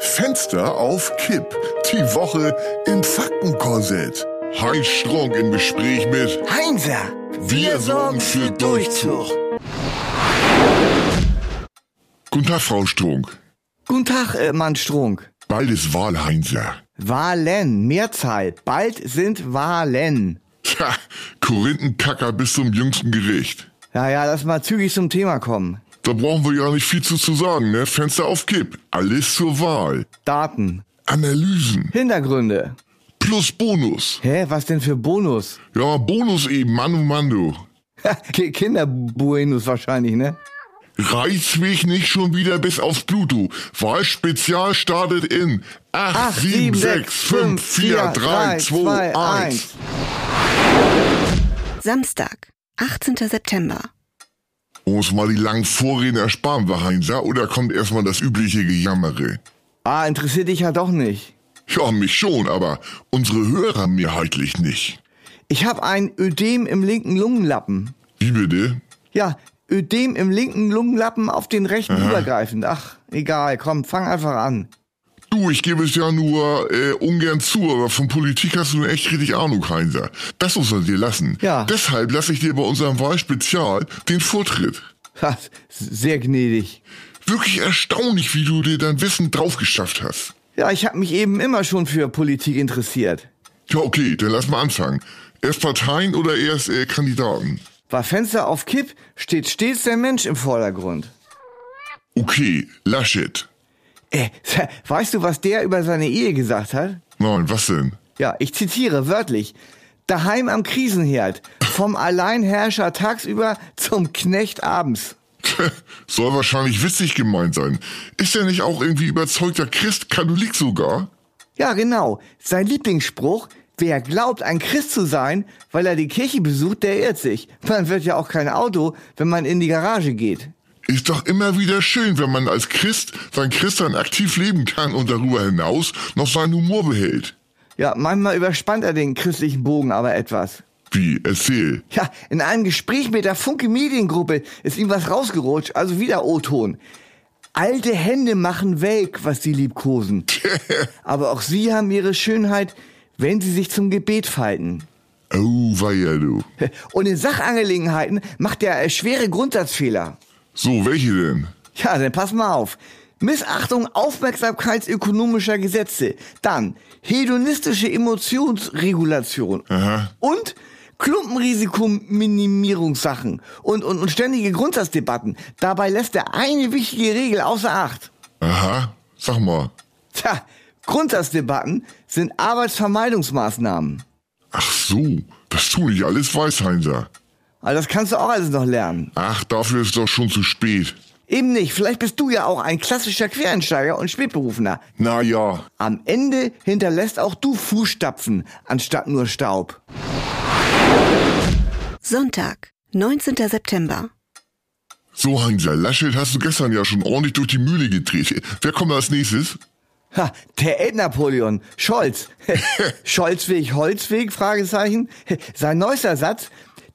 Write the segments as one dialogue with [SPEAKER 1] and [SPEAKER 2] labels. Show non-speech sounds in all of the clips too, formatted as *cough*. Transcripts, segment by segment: [SPEAKER 1] Fenster auf Kipp. Die Woche im Faktenkorsett. Heinz Strunk im Gespräch mit
[SPEAKER 2] Heinzer, wir sorgen für Durchzug.
[SPEAKER 1] Guten Tag, Frau Strunk.
[SPEAKER 2] Guten Tag, äh, Mann Strunk.
[SPEAKER 1] Bald ist Wahl, Heinzer.
[SPEAKER 2] Wahlen, Mehrzahl. Bald sind Wahlen.
[SPEAKER 1] Tja, Korinthenkacker bis zum jüngsten Gericht.
[SPEAKER 2] Naja, lass mal zügig zum Thema kommen.
[SPEAKER 1] Da brauchen wir ja nicht viel zu, zu sagen, ne? Fenster auf Kipp. Alles zur Wahl.
[SPEAKER 2] Daten,
[SPEAKER 1] Analysen.
[SPEAKER 2] Hintergründe.
[SPEAKER 1] Plus Bonus.
[SPEAKER 2] Hä, was denn für Bonus?
[SPEAKER 1] Ja, Bonus eben, Mann und Mann, du.
[SPEAKER 2] Ki- Kinderbuenus wahrscheinlich, ne?
[SPEAKER 1] Reiz mich nicht schon wieder bis aufs Pluto. Wahlspezial startet in 8,
[SPEAKER 2] Acht,
[SPEAKER 1] 7,
[SPEAKER 2] sieben,
[SPEAKER 1] 6,
[SPEAKER 2] sechs,
[SPEAKER 1] 5,
[SPEAKER 2] fünf,
[SPEAKER 1] 4,
[SPEAKER 2] vier,
[SPEAKER 1] 3,
[SPEAKER 2] drei,
[SPEAKER 1] 2,
[SPEAKER 2] zwei,
[SPEAKER 1] 1.
[SPEAKER 2] eins.
[SPEAKER 3] Samstag, 18. September.
[SPEAKER 1] Muss mal die langen Vorreden ersparen, wir Heinzer, oder kommt erstmal das übliche Gejammere?
[SPEAKER 2] Ah, interessiert dich ja doch nicht.
[SPEAKER 1] Ja, mich schon, aber unsere Hörer mehrheitlich nicht.
[SPEAKER 2] Ich hab ein Ödem im linken Lungenlappen.
[SPEAKER 1] Wie bitte?
[SPEAKER 2] Ja, Ödem im linken Lungenlappen auf den rechten übergreifend. Ach, egal, komm, fang einfach an. *laughs*
[SPEAKER 1] Du, ich gebe es ja nur äh, ungern zu, aber von Politik hast du echt richtig Ahnung, Heinzer. Das muss man dir lassen.
[SPEAKER 2] Ja.
[SPEAKER 1] Deshalb lasse ich dir bei unserem Wahlspezial den Vortritt.
[SPEAKER 2] Ha, Sehr gnädig.
[SPEAKER 1] Wirklich erstaunlich, wie du dir dein Wissen draufgeschafft hast.
[SPEAKER 2] Ja, ich hab mich eben immer schon für Politik interessiert.
[SPEAKER 1] Ja, okay, dann lass mal anfangen. Erst Parteien oder erst äh, Kandidaten?
[SPEAKER 2] Bei Fenster auf Kipp steht stets der Mensch im Vordergrund.
[SPEAKER 1] Okay, Laschet.
[SPEAKER 2] Äh, *laughs* weißt du, was der über seine Ehe gesagt hat?
[SPEAKER 1] Nein, was denn? *laughs*
[SPEAKER 2] Ja, ich zitiere wörtlich. Daheim am Krisenherd. Vom Alleinherrscher tagsüber zum Knecht abends.
[SPEAKER 1] Soll wahrscheinlich witzig gemeint sein. Ist er nicht auch irgendwie überzeugter Christ, Katholik sogar?
[SPEAKER 2] Ja, genau. Sein Lieblingsspruch, wer glaubt, ein Christ zu sein, weil er die Kirche besucht, der irrt sich. Man wird ja auch kein Auto, wenn man in die Garage geht.
[SPEAKER 1] Ist doch immer wieder schön, wenn man als Christ sein Christsein aktiv leben kann und darüber hinaus noch seinen Humor behält.
[SPEAKER 2] Ja, manchmal überspannt er den christlichen Bogen aber etwas.
[SPEAKER 1] Wie? Erzähl.
[SPEAKER 2] Ja, in einem Gespräch mit der Funke Mediengruppe ist ihm was rausgerutscht, also wieder O-Ton. Alte Hände machen welk, was sie liebkosen. Aber auch sie haben ihre Schönheit, wenn sie sich zum Gebet falten.
[SPEAKER 1] Oh, weia du.
[SPEAKER 2] Und in Sachangelegenheiten macht er äh, schwere Grundsatzfehler.
[SPEAKER 1] So, welche denn?
[SPEAKER 2] Ja, dann pass mal auf. Missachtung aufmerksamkeitsökonomischer Gesetze. Dann hedonistische Emotionsregulation.
[SPEAKER 1] Aha.
[SPEAKER 2] Und Klumpenrisikominimierungssachen und, und, und ständige Grundsatzdebatten. Dabei lässt er eine wichtige Regel außer Acht.
[SPEAKER 1] Aha, sag mal.
[SPEAKER 2] Tja, Grundsatzdebatten sind Arbeitsvermeidungsmaßnahmen.
[SPEAKER 1] Ach so, das tu ich alles weiß, Heinzer.
[SPEAKER 2] Also das kannst du auch alles noch lernen.
[SPEAKER 1] Ach, dafür ist doch schon zu spät.
[SPEAKER 2] Eben nicht. Vielleicht bist du ja auch ein klassischer Quereinsteiger und Spätberufener.
[SPEAKER 1] Na ja,
[SPEAKER 2] Am Ende hinterlässt auch du Fußstapfen anstatt nur Staub.
[SPEAKER 3] Sonntag, 19. September.
[SPEAKER 1] so Heinzer, Laschet hast du gestern ja schon ordentlich durch die Mühle gedreht. Wer kommt als nächstes?
[SPEAKER 2] Ha, der Ed-Napoleon, Scholz. *laughs* Scholzweg, Holzweg, Fragezeichen. Sein neuester Satz,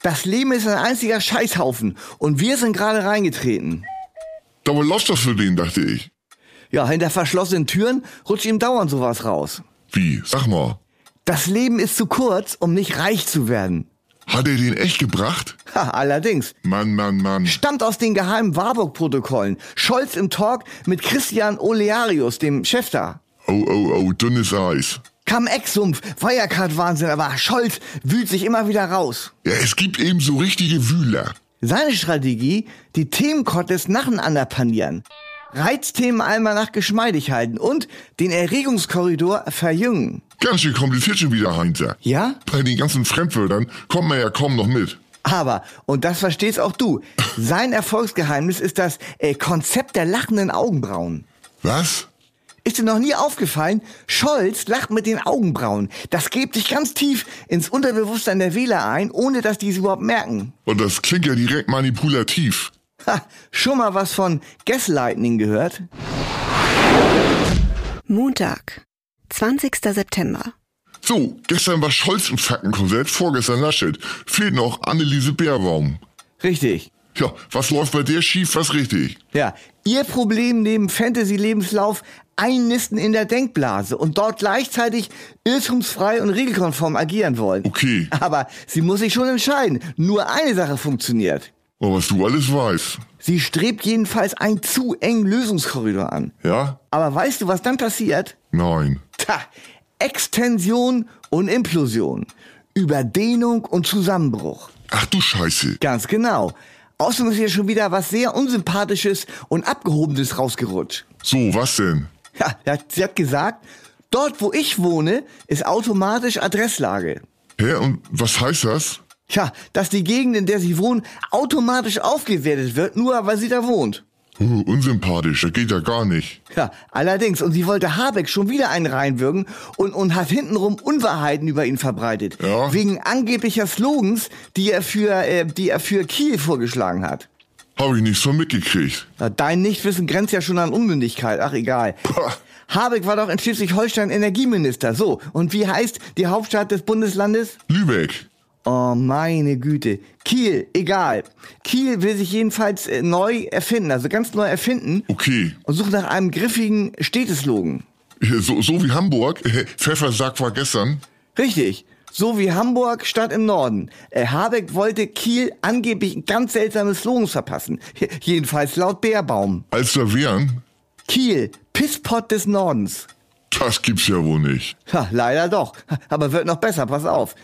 [SPEAKER 2] das Leben ist ein einziger Scheißhaufen und wir sind gerade reingetreten.
[SPEAKER 1] Dabei läuft das für den, dachte ich.
[SPEAKER 2] Ja, hinter verschlossenen Türen rutscht ihm dauernd sowas raus.
[SPEAKER 1] Wie, sag mal.
[SPEAKER 2] Das Leben ist zu kurz, um nicht reich zu werden.
[SPEAKER 1] Hat er den echt gebracht?
[SPEAKER 2] Ha, allerdings.
[SPEAKER 1] Mann, Mann, Mann.
[SPEAKER 2] Stammt aus den geheimen Warburg-Protokollen. Scholz im Talk mit Christian Olearius, dem Chef da.
[SPEAKER 1] Oh, oh, oh, dünnes Eis.
[SPEAKER 2] Kam Ex-Sumpf, Wirecard-Wahnsinn, aber Scholz wühlt sich immer wieder raus.
[SPEAKER 1] Ja, es gibt eben so richtige Wühler.
[SPEAKER 2] Seine Strategie, die Themenkottes nacheinander panieren. Reizthemen einmal nach geschmeidig halten und den Erregungskorridor verjüngen.
[SPEAKER 1] Ganz schön kompliziert schon wieder, Heinzer.
[SPEAKER 2] Ja?
[SPEAKER 1] Bei den ganzen Fremdwörtern kommt man ja kaum noch mit.
[SPEAKER 2] Aber, und das verstehst auch du, sein Erfolgsgeheimnis ist das äh, Konzept der lachenden Augenbrauen.
[SPEAKER 1] Was?
[SPEAKER 2] Ist dir noch nie aufgefallen, Scholz lacht mit den Augenbrauen. Das gräbt sich ganz tief ins Unterbewusstsein der Wähler ein, ohne dass die es überhaupt merken.
[SPEAKER 1] Und das klingt ja direkt manipulativ.
[SPEAKER 2] Ha, schon mal was von Gaslightning gehört?
[SPEAKER 3] Montag, 20. September.
[SPEAKER 1] So, gestern war Scholz im Fackenkonzert, vorgestern Laschet. Fehlt noch Anneliese Bärbaum.
[SPEAKER 2] Richtig.
[SPEAKER 1] Ja, was läuft bei der schief, was richtig?
[SPEAKER 2] Ja, ihr Problem neben Fantasy-Lebenslauf einnisten in der Denkblase und dort gleichzeitig irrtumsfrei und regelkonform agieren wollen.
[SPEAKER 1] Okay.
[SPEAKER 2] Aber sie muss sich schon entscheiden. Nur eine Sache funktioniert.
[SPEAKER 1] Aber was du alles weißt.
[SPEAKER 2] Sie strebt jedenfalls einen zu engen Lösungskorridor an.
[SPEAKER 1] Ja?
[SPEAKER 2] Aber weißt du, was dann passiert?
[SPEAKER 1] Nein.
[SPEAKER 2] Tja, Extension und Implosion. Überdehnung und Zusammenbruch.
[SPEAKER 1] Ach du Scheiße.
[SPEAKER 2] Ganz genau. Außerdem ist hier schon wieder was sehr Unsympathisches und Abgehobenes rausgerutscht.
[SPEAKER 1] So, was denn?
[SPEAKER 2] Ja, ja, sie hat gesagt, dort wo ich wohne, ist automatisch Adresslage.
[SPEAKER 1] Hä, und was heißt das?
[SPEAKER 2] Tja, dass die Gegend, in der sie wohnt, automatisch aufgewertet wird, nur weil sie da wohnt.
[SPEAKER 1] Uh, unsympathisch, das geht ja gar nicht.
[SPEAKER 2] Ja, allerdings, und sie wollte Habeck schon wieder einen reinwürgen und, und hat hintenrum Unwahrheiten über ihn verbreitet.
[SPEAKER 1] Ja.
[SPEAKER 2] Wegen angeblicher Slogans, die er für, äh, die er für Kiel vorgeschlagen hat.
[SPEAKER 1] Habe ich nichts von mitgekriegt.
[SPEAKER 2] Na, Dein Nichtwissen grenzt ja schon an Unmündigkeit, ach egal.
[SPEAKER 1] Pah.
[SPEAKER 2] Habeck war doch in Schleswig-Holstein Energieminister, so. Und wie heißt die Hauptstadt des Bundeslandes?
[SPEAKER 1] Lübeck.
[SPEAKER 2] Oh, meine Güte. Kiel, egal. Kiel will sich jedenfalls äh, neu erfinden, also ganz neu erfinden
[SPEAKER 1] Okay. Äh,
[SPEAKER 2] und sucht nach einem griffigen Städteslogan.
[SPEAKER 1] So, so wie Hamburg. Äh, Pfeffersack war gestern.
[SPEAKER 2] Richtig. So wie Hamburg Stadt im Norden. Äh, Habeck wollte Kiel angeblich ein ganz seltsames Slogans verpassen. Jedenfalls laut Bärbaum.
[SPEAKER 1] Als da wären.
[SPEAKER 2] Kiel, Pisspot des Nordens.
[SPEAKER 1] Das gibt's ja wohl nicht.
[SPEAKER 2] Ha, leider doch. Ha, Aber wird noch besser, pass auf.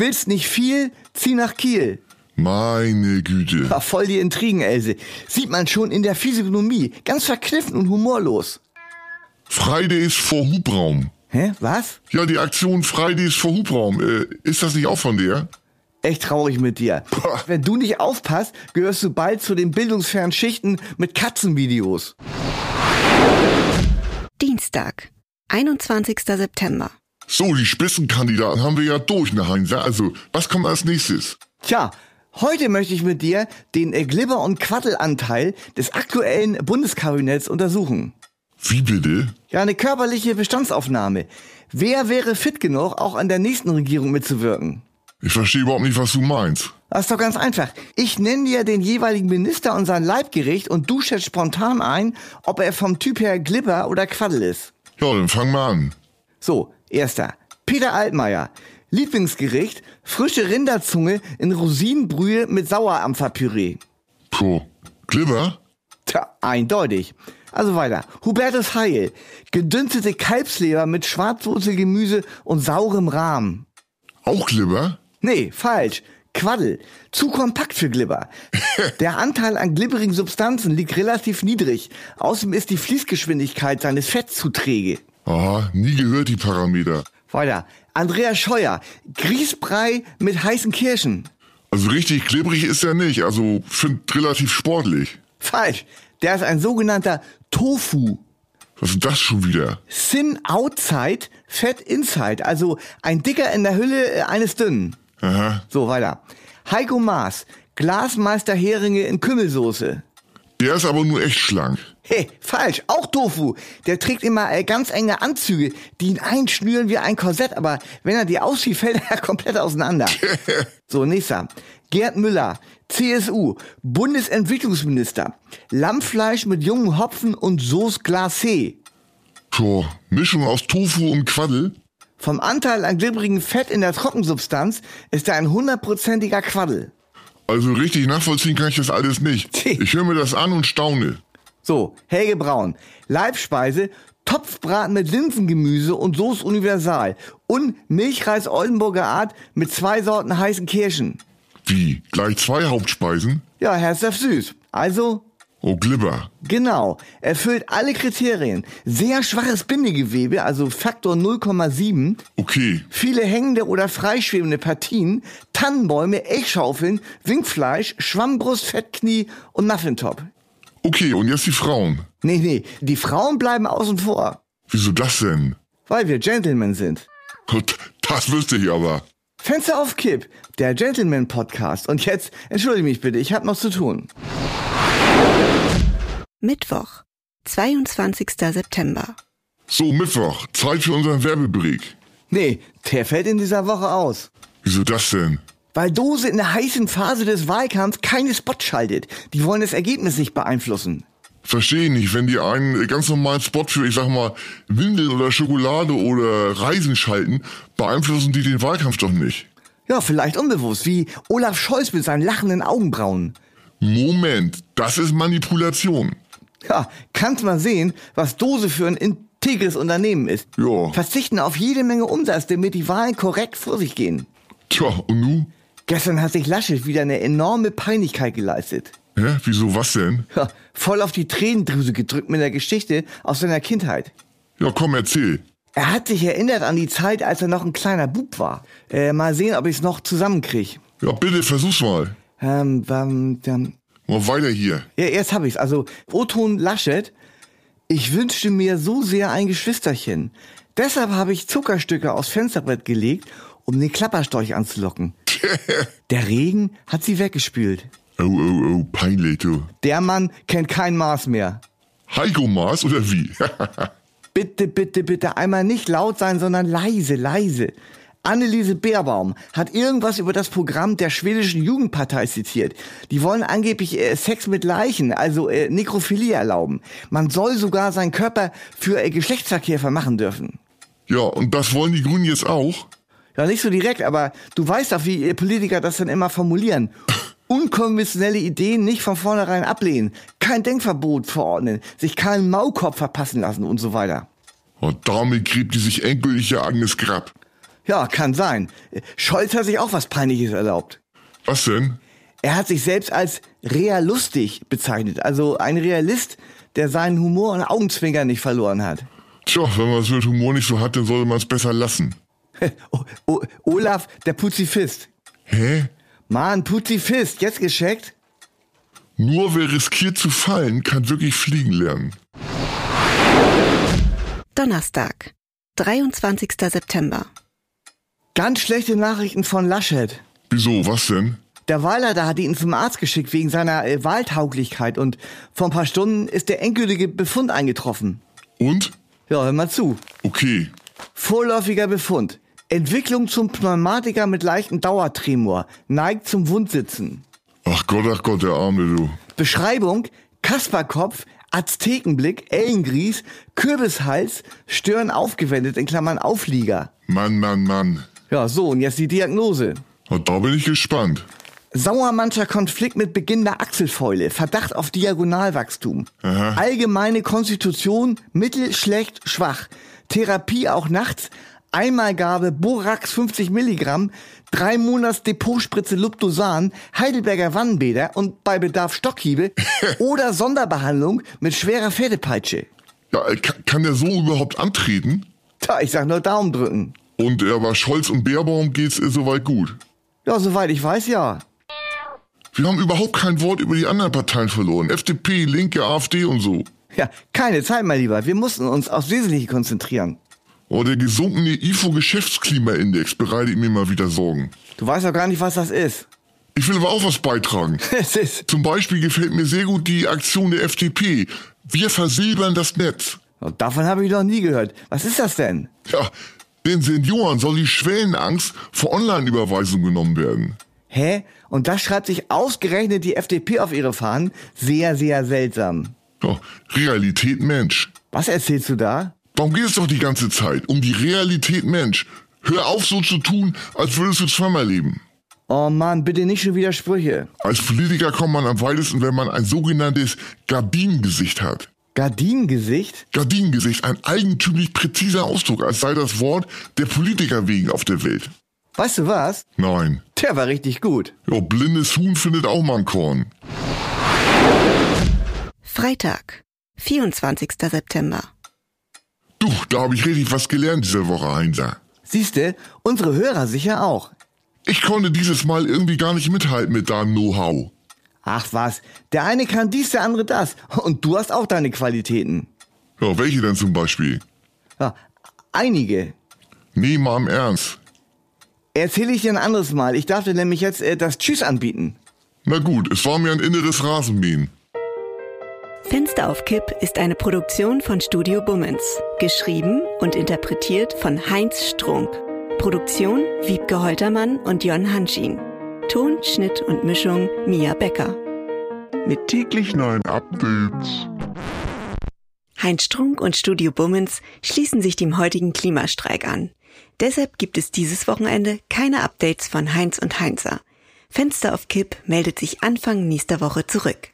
[SPEAKER 2] Willst nicht viel? Zieh nach Kiel.
[SPEAKER 1] Meine Güte.
[SPEAKER 2] Ha, voll die Intrigen, Else. Sieht man schon in der Physiognomie. Ganz verkniffen und humorlos.
[SPEAKER 1] Fridays vor Hubraum.
[SPEAKER 2] Hä? Was?
[SPEAKER 1] Ja, die Aktion Fridays vor Hubraum. Äh, ist das nicht auch von der?
[SPEAKER 2] Echt traurig mit dir.
[SPEAKER 1] Pah.
[SPEAKER 2] Wenn du nicht aufpasst, gehörst du bald zu den bildungsfernen Schichten mit Katzenvideos.
[SPEAKER 3] Dienstag, 21. September.
[SPEAKER 1] So, die Spitzenkandidaten haben wir ja durch, ne Heinzer. Also, was kommt als nächstes?
[SPEAKER 2] Tja, heute möchte ich mit dir den äh, Glibber- und Quaddelanteil des aktuellen Bundeskabinetts untersuchen.
[SPEAKER 1] Wie bitte?
[SPEAKER 2] Ja, eine körperliche Bestandsaufnahme. Wer wäre fit genug, auch an der nächsten Regierung mitzuwirken?
[SPEAKER 1] Ich verstehe überhaupt nicht, was du meinst.
[SPEAKER 2] Das ist doch ganz einfach. Ich nenne dir den jeweiligen Minister und sein Leibgericht und du schätzt spontan ein, ob er vom Typ her Glibber oder Quaddel ist.
[SPEAKER 1] Ja, dann fang mal an.
[SPEAKER 2] So, erster. Peter Altmaier. Lieblingsgericht, frische Rinderzunge in Rosinenbrühe mit Sauerampferpüree.
[SPEAKER 1] Pro. Glibber?
[SPEAKER 2] Tja, eindeutig. Also weiter. Hubertus Heil. Gedünstete Kalbsleber mit Schwarzwurzel, Gemüse und saurem Rahm.
[SPEAKER 1] Auch Glibber?
[SPEAKER 2] Nee, falsch. Quaddel. Zu kompakt für Glibber. Der Anteil an glibberigen Substanzen liegt relativ niedrig. Außerdem ist die Fließgeschwindigkeit seines Fetts zu träge.
[SPEAKER 1] Aha, nie gehört die Parameter.
[SPEAKER 2] Weiter. Andreas Scheuer. Grießbrei mit heißen Kirschen.
[SPEAKER 1] Also richtig klebrig ist er nicht, also find relativ sportlich.
[SPEAKER 2] Falsch. Der ist ein sogenannter Tofu.
[SPEAKER 1] Was ist das schon wieder?
[SPEAKER 2] Thin outside, fat inside. Also ein dicker in der Hülle äh, eines dünnen.
[SPEAKER 1] Aha.
[SPEAKER 2] So, weiter. Heiko Maas. Glasmeister Heringe in Kümmelsoße.
[SPEAKER 1] Der ist aber nur echt schlank.
[SPEAKER 2] Hey, falsch, auch Tofu. Der trägt immer äh, ganz enge Anzüge, die ihn einschnüren wie ein Korsett, aber wenn er die auszieht, *laughs* fällt er komplett auseinander. so, nächster. Gerd Müller, CSU, Bundesentwicklungsminister. Lammfleisch mit jungen Hopfen und Sauce glacée.
[SPEAKER 1] Pro. Mischung aus Tofu und Quaddel?
[SPEAKER 2] Vom Anteil an glibberigem Fett in der Trockensubstanz ist er ein hundertprozentiger Quaddel.
[SPEAKER 1] Also richtig nachvollziehen kann ich das alles nicht.
[SPEAKER 2] Tja.
[SPEAKER 1] Ich höre mir das an und staune.
[SPEAKER 2] So, Helge Braun. Leibspeise, Topfbraten mit Linsengemüse und Soße Universal. Und Milchreis Oldenburger Art mit zwei Sorten heißen Kirschen.
[SPEAKER 1] Wie? Gleich zwei Hauptspeisen?
[SPEAKER 2] Ja, herzhaft süß. Also,
[SPEAKER 1] Oh, Glibber.
[SPEAKER 2] genau. Erfüllt alle Kriterien. Sehr schwaches Bindegewebe, also Faktor 0,7.
[SPEAKER 1] Okay.
[SPEAKER 2] Viele hängende oder freischwebende Partien, Tannenbäume, Elchschaufeln, Winkfleisch, Schwammbrust, Fettknie und Muffintop.
[SPEAKER 1] Okay, und jetzt die Frauen.
[SPEAKER 2] Nee, nee, die Frauen bleiben außen vor,
[SPEAKER 1] Wieso das denn? *laughs*
[SPEAKER 2] weil wir Gentlemen sind.
[SPEAKER 1] Gut, Das wüsste ich aber.
[SPEAKER 2] Fenster auf Kipp, der Gentleman Podcast. Und jetzt, entschuldige mich bitte, ich habe noch zu tun.
[SPEAKER 3] Mittwoch, 22. September.
[SPEAKER 1] So, Mittwoch. Zeit für unseren Werbebreak.
[SPEAKER 2] Nee, der fällt in dieser Woche aus.
[SPEAKER 1] Wieso das denn?
[SPEAKER 2] Weil Dose in der heißen Phase des Wahlkampfs keine Spots schaltet. Die wollen das Ergebnis nicht beeinflussen.
[SPEAKER 1] verstehe ich nicht, wenn die einen ganz normalen Spot für, ich sag mal, Windeln oder Schokolade oder Reisen schalten, beeinflussen die den Wahlkampf doch nicht.
[SPEAKER 2] Ja, vielleicht unbewusst, wie Olaf Scholz mit seinen lachenden Augenbrauen.
[SPEAKER 1] Moment, das ist Manipulation.
[SPEAKER 2] Ja, kannst mal sehen, was Dose für ein integres Unternehmen ist.
[SPEAKER 1] Ja.
[SPEAKER 2] Verzichten auf jede Menge Umsatz, damit die Wahlen korrekt vor sich gehen.
[SPEAKER 1] Tja, und nu?
[SPEAKER 2] Gestern hat sich Laschet wieder eine enorme Peinlichkeit geleistet.
[SPEAKER 1] Hä? Wieso was denn?
[SPEAKER 2] Ja, voll auf die Tränendrüse gedrückt mit der Geschichte aus seiner Kindheit.
[SPEAKER 1] Ja, komm, erzähl.
[SPEAKER 2] Er hat sich erinnert an die Zeit, als er noch ein kleiner Bub war. Äh, mal sehen, ob ich es noch zusammenkriege.
[SPEAKER 1] Ja, bitte, versuch's mal.
[SPEAKER 2] Ähm, ähm, ähm,
[SPEAKER 1] Mal weiter hier.
[SPEAKER 2] ja, jetzt hab ich's. Also, Oton Laschet, ich wünschte mir so sehr ein Geschwisterchen. Deshalb habe ich Zuckerstücke aufs Fensterbrett gelegt, um den Klapperstorch anzulocken. Der Regen hat sie weggespült.
[SPEAKER 1] Oh, oh, oh, peinlich, du.
[SPEAKER 2] Der Mann kennt kein Maß mehr.
[SPEAKER 1] Heiko Maas oder wie? *laughs*
[SPEAKER 2] Bitte, bitte, bitte einmal nicht laut sein, sondern leise, leise. Anneliese Beerbaum hat irgendwas über das Programm der schwedischen Jugendpartei zitiert. Die wollen angeblich äh, Sex mit Leichen, also äh, Nekrophilie erlauben. Man soll sogar seinen Körper für äh, Geschlechtsverkehr vermachen dürfen.
[SPEAKER 1] ja, und das wollen die Grünen jetzt auch?
[SPEAKER 2] Ja, nicht so direkt, aber du weißt doch, wie äh, Politiker das dann immer formulieren. Unkonventionelle Ideen nicht von vornherein ablehnen, kein Denkverbot verordnen, sich keinen Maulkorb verpassen lassen und so weiter.
[SPEAKER 1] Und damit gräbt die sich endgültig ihr eigenes Grab.
[SPEAKER 2] Ja, kann sein. Scholz hat sich auch was Peinliches erlaubt.
[SPEAKER 1] Was denn?
[SPEAKER 2] Er hat sich selbst als realistig bezeichnet, also ein Realist, der seinen Humor und Augenzwinkern nicht verloren hat. *laughs*
[SPEAKER 1] Tja, wenn man es mit Humor nicht so hat, dann sollte man es besser lassen.
[SPEAKER 2] O o Olaf, der Puzifist.
[SPEAKER 1] Hä?
[SPEAKER 2] Mann, Puzifist, jetzt gescheckt?
[SPEAKER 1] Nur wer riskiert zu fallen, kann wirklich fliegen lernen.
[SPEAKER 3] Donnerstag, 23. September.
[SPEAKER 2] Ganz schlechte Nachrichten von Laschet.
[SPEAKER 1] Wieso, was denn?
[SPEAKER 2] Der Wahlleiter hat ihn zum Arzt geschickt wegen seiner äh, Wahltauglichkeit und vor ein paar Stunden ist der endgültige Befund eingetroffen.
[SPEAKER 1] Und?
[SPEAKER 2] Ja, hör mal zu.
[SPEAKER 1] Okay.
[SPEAKER 2] Vorläufiger Befund. Entwicklung zum Pneumatiker mit leichten Dauertremor. Neigt zum Wundsitzen.
[SPEAKER 1] Ach Gott, ach Gott, der Arme, du.
[SPEAKER 2] Beschreibung. Kasperkopf, Aztekenblick, Ellengries, Kürbishals, Stirn aufgewendet, in Klammern Auflieger.
[SPEAKER 1] Mann, Mann, Mann.
[SPEAKER 2] Ja, so, und jetzt die Diagnose.
[SPEAKER 1] Und da bin ich gespannt.
[SPEAKER 2] Sauermannscher Konflikt mit beginnender Achselfäule, Verdacht auf Diagonalwachstum,
[SPEAKER 1] Aha.
[SPEAKER 2] allgemeine Konstitution, mittel, schlecht, schwach, Therapie auch nachts, Einmalgabe Borax 50 Milligramm, drei Monats Depotspritze Luptosan, Heidelberger Wannenbäder und bei Bedarf Stockhiebe oder Sonderbehandlung mit schwerer Pferdepeitsche.
[SPEAKER 1] Ja, äh, kann, kann der so überhaupt antreten?
[SPEAKER 2] Tja, ich sag nur Daumen drücken.
[SPEAKER 1] Und äh, bei Scholz und Beerbaum geht's äh, soweit gut.
[SPEAKER 2] Ja, soweit ich weiß, ja.
[SPEAKER 1] Wir haben überhaupt kein Wort über die anderen Parteien verloren. FDP, Linke, AfD und so.
[SPEAKER 2] Ja, keine Zeit, mein Lieber. Wir mussten uns aufs Wesentliche konzentrieren.
[SPEAKER 1] Oh, der gesunkene IFO-Geschäftsklimaindex bereitet mir mal wieder Sorgen.
[SPEAKER 2] Du weißt doch gar nicht, was das ist.
[SPEAKER 1] Ich will aber auch was beitragen.
[SPEAKER 2] *laughs* Es ist.
[SPEAKER 1] Zum Beispiel gefällt mir sehr gut die Aktion der FDP. Wir versilbern das Netz.
[SPEAKER 2] Und davon habe ich noch nie gehört. Was ist das denn?
[SPEAKER 1] Ja, den Senioren soll die Schwellenangst vor Online-Überweisung genommen werden.
[SPEAKER 2] Hä? Und das schreibt sich ausgerechnet die FDP auf ihre Fahnen? Sehr, sehr seltsam.
[SPEAKER 1] Ja, Realität Mensch.
[SPEAKER 2] Was erzählst du da?
[SPEAKER 1] Darum geht es doch die ganze Zeit. Um die Realität Mensch. Hör auf so zu tun, als würdest du zweimal leben.
[SPEAKER 2] Oh Mann, bitte nicht schon wieder Sprüche.
[SPEAKER 1] Als Politiker kommt man am weitesten, wenn man ein sogenanntes Gardinengesicht hat.
[SPEAKER 2] Gardinengesicht?
[SPEAKER 1] Gardinengesicht, ein eigentümlich präziser Ausdruck, als sei das Wort der Politiker wegen auf der Welt.
[SPEAKER 2] Weißt du was?
[SPEAKER 1] Nein.
[SPEAKER 2] Der war richtig gut.
[SPEAKER 1] Ja, blindes Huhn findet auch mal ein Korn.
[SPEAKER 3] Freitag, 24. September.
[SPEAKER 1] Du, da habe ich richtig was gelernt diese Woche, Heinzer.
[SPEAKER 2] Siehste, unsere Hörer sicher auch.
[SPEAKER 1] Ich konnte dieses Mal irgendwie gar nicht mithalten mit deinem Know-how.
[SPEAKER 2] Ach was, der eine kann dies, der andere das. Und du hast auch deine Qualitäten.
[SPEAKER 1] Ja, welche denn zum Beispiel?
[SPEAKER 2] Ja, einige.
[SPEAKER 1] Nee, mal im Ernst.
[SPEAKER 2] Erzähle ich dir ein anderes Mal. Ich darf dir nämlich jetzt äh, das Tschüss anbieten.
[SPEAKER 1] Na gut, es war mir ein inneres Rasenmähen.
[SPEAKER 3] Fenster auf Kipp ist eine Produktion von Studio Bummens. Geschrieben und interpretiert von Heinz Strunk. Produktion Wiebke Holtermann und Jon Hanschin. Ton, Schnitt und Mischung Mia Becker. mit
[SPEAKER 1] Täglich neuen Updates.
[SPEAKER 3] Heinz Strunk und Studio Bummens schließen sich dem heutigen Klimastreik an. Deshalb gibt es dieses Wochenende keine Updates von Heinz und Heinzer. Fenster auf Kipp meldet sich Anfang nächster Woche zurück.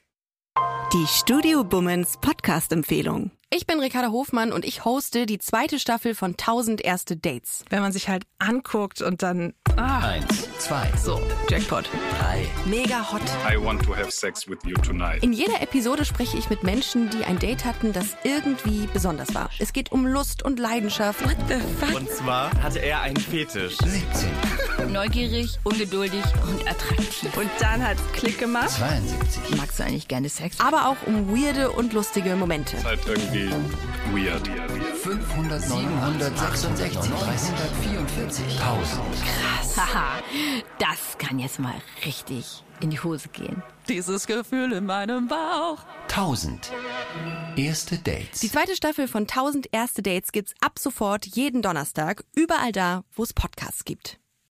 [SPEAKER 3] Die Studio Bummens Podcast-Empfehlung.
[SPEAKER 4] Ich bin Ricarda Hofmann und ich hoste die zweite Staffel von 1000 erste Dates.
[SPEAKER 5] wenn man sich halt anguckt und dann. Ah,
[SPEAKER 6] Eins, zwei,
[SPEAKER 5] so, Jackpot.
[SPEAKER 6] drei.
[SPEAKER 4] Mega hot.
[SPEAKER 7] I want to have sex with you tonight.
[SPEAKER 4] In jeder Episode spreche ich mit Menschen, die ein Date hatten, das irgendwie besonders war. Es geht um Lust und Leidenschaft. What the fuck?
[SPEAKER 8] Und zwar hatte er einen Fetisch.
[SPEAKER 9] Neugierig, ungeduldig und attraktiv.
[SPEAKER 5] Und dann hat's Klick gemacht.
[SPEAKER 6] 72.
[SPEAKER 9] Magst du eigentlich gerne Sex?
[SPEAKER 4] Aber auch um weirde und lustige Momente.
[SPEAKER 7] Halt irgendwie weird.
[SPEAKER 6] 500, 766, 344, 1000.
[SPEAKER 9] Haha, das kann jetzt mal richtig in die Hose gehen.
[SPEAKER 5] Dieses Gefühl in meinem Bauch.
[SPEAKER 6] 1000. Erste Dates.
[SPEAKER 4] Die zweite Staffel von 1000 erste Dates gibt's ab sofort jeden Donnerstag überall da, wo es Podcasts gibt.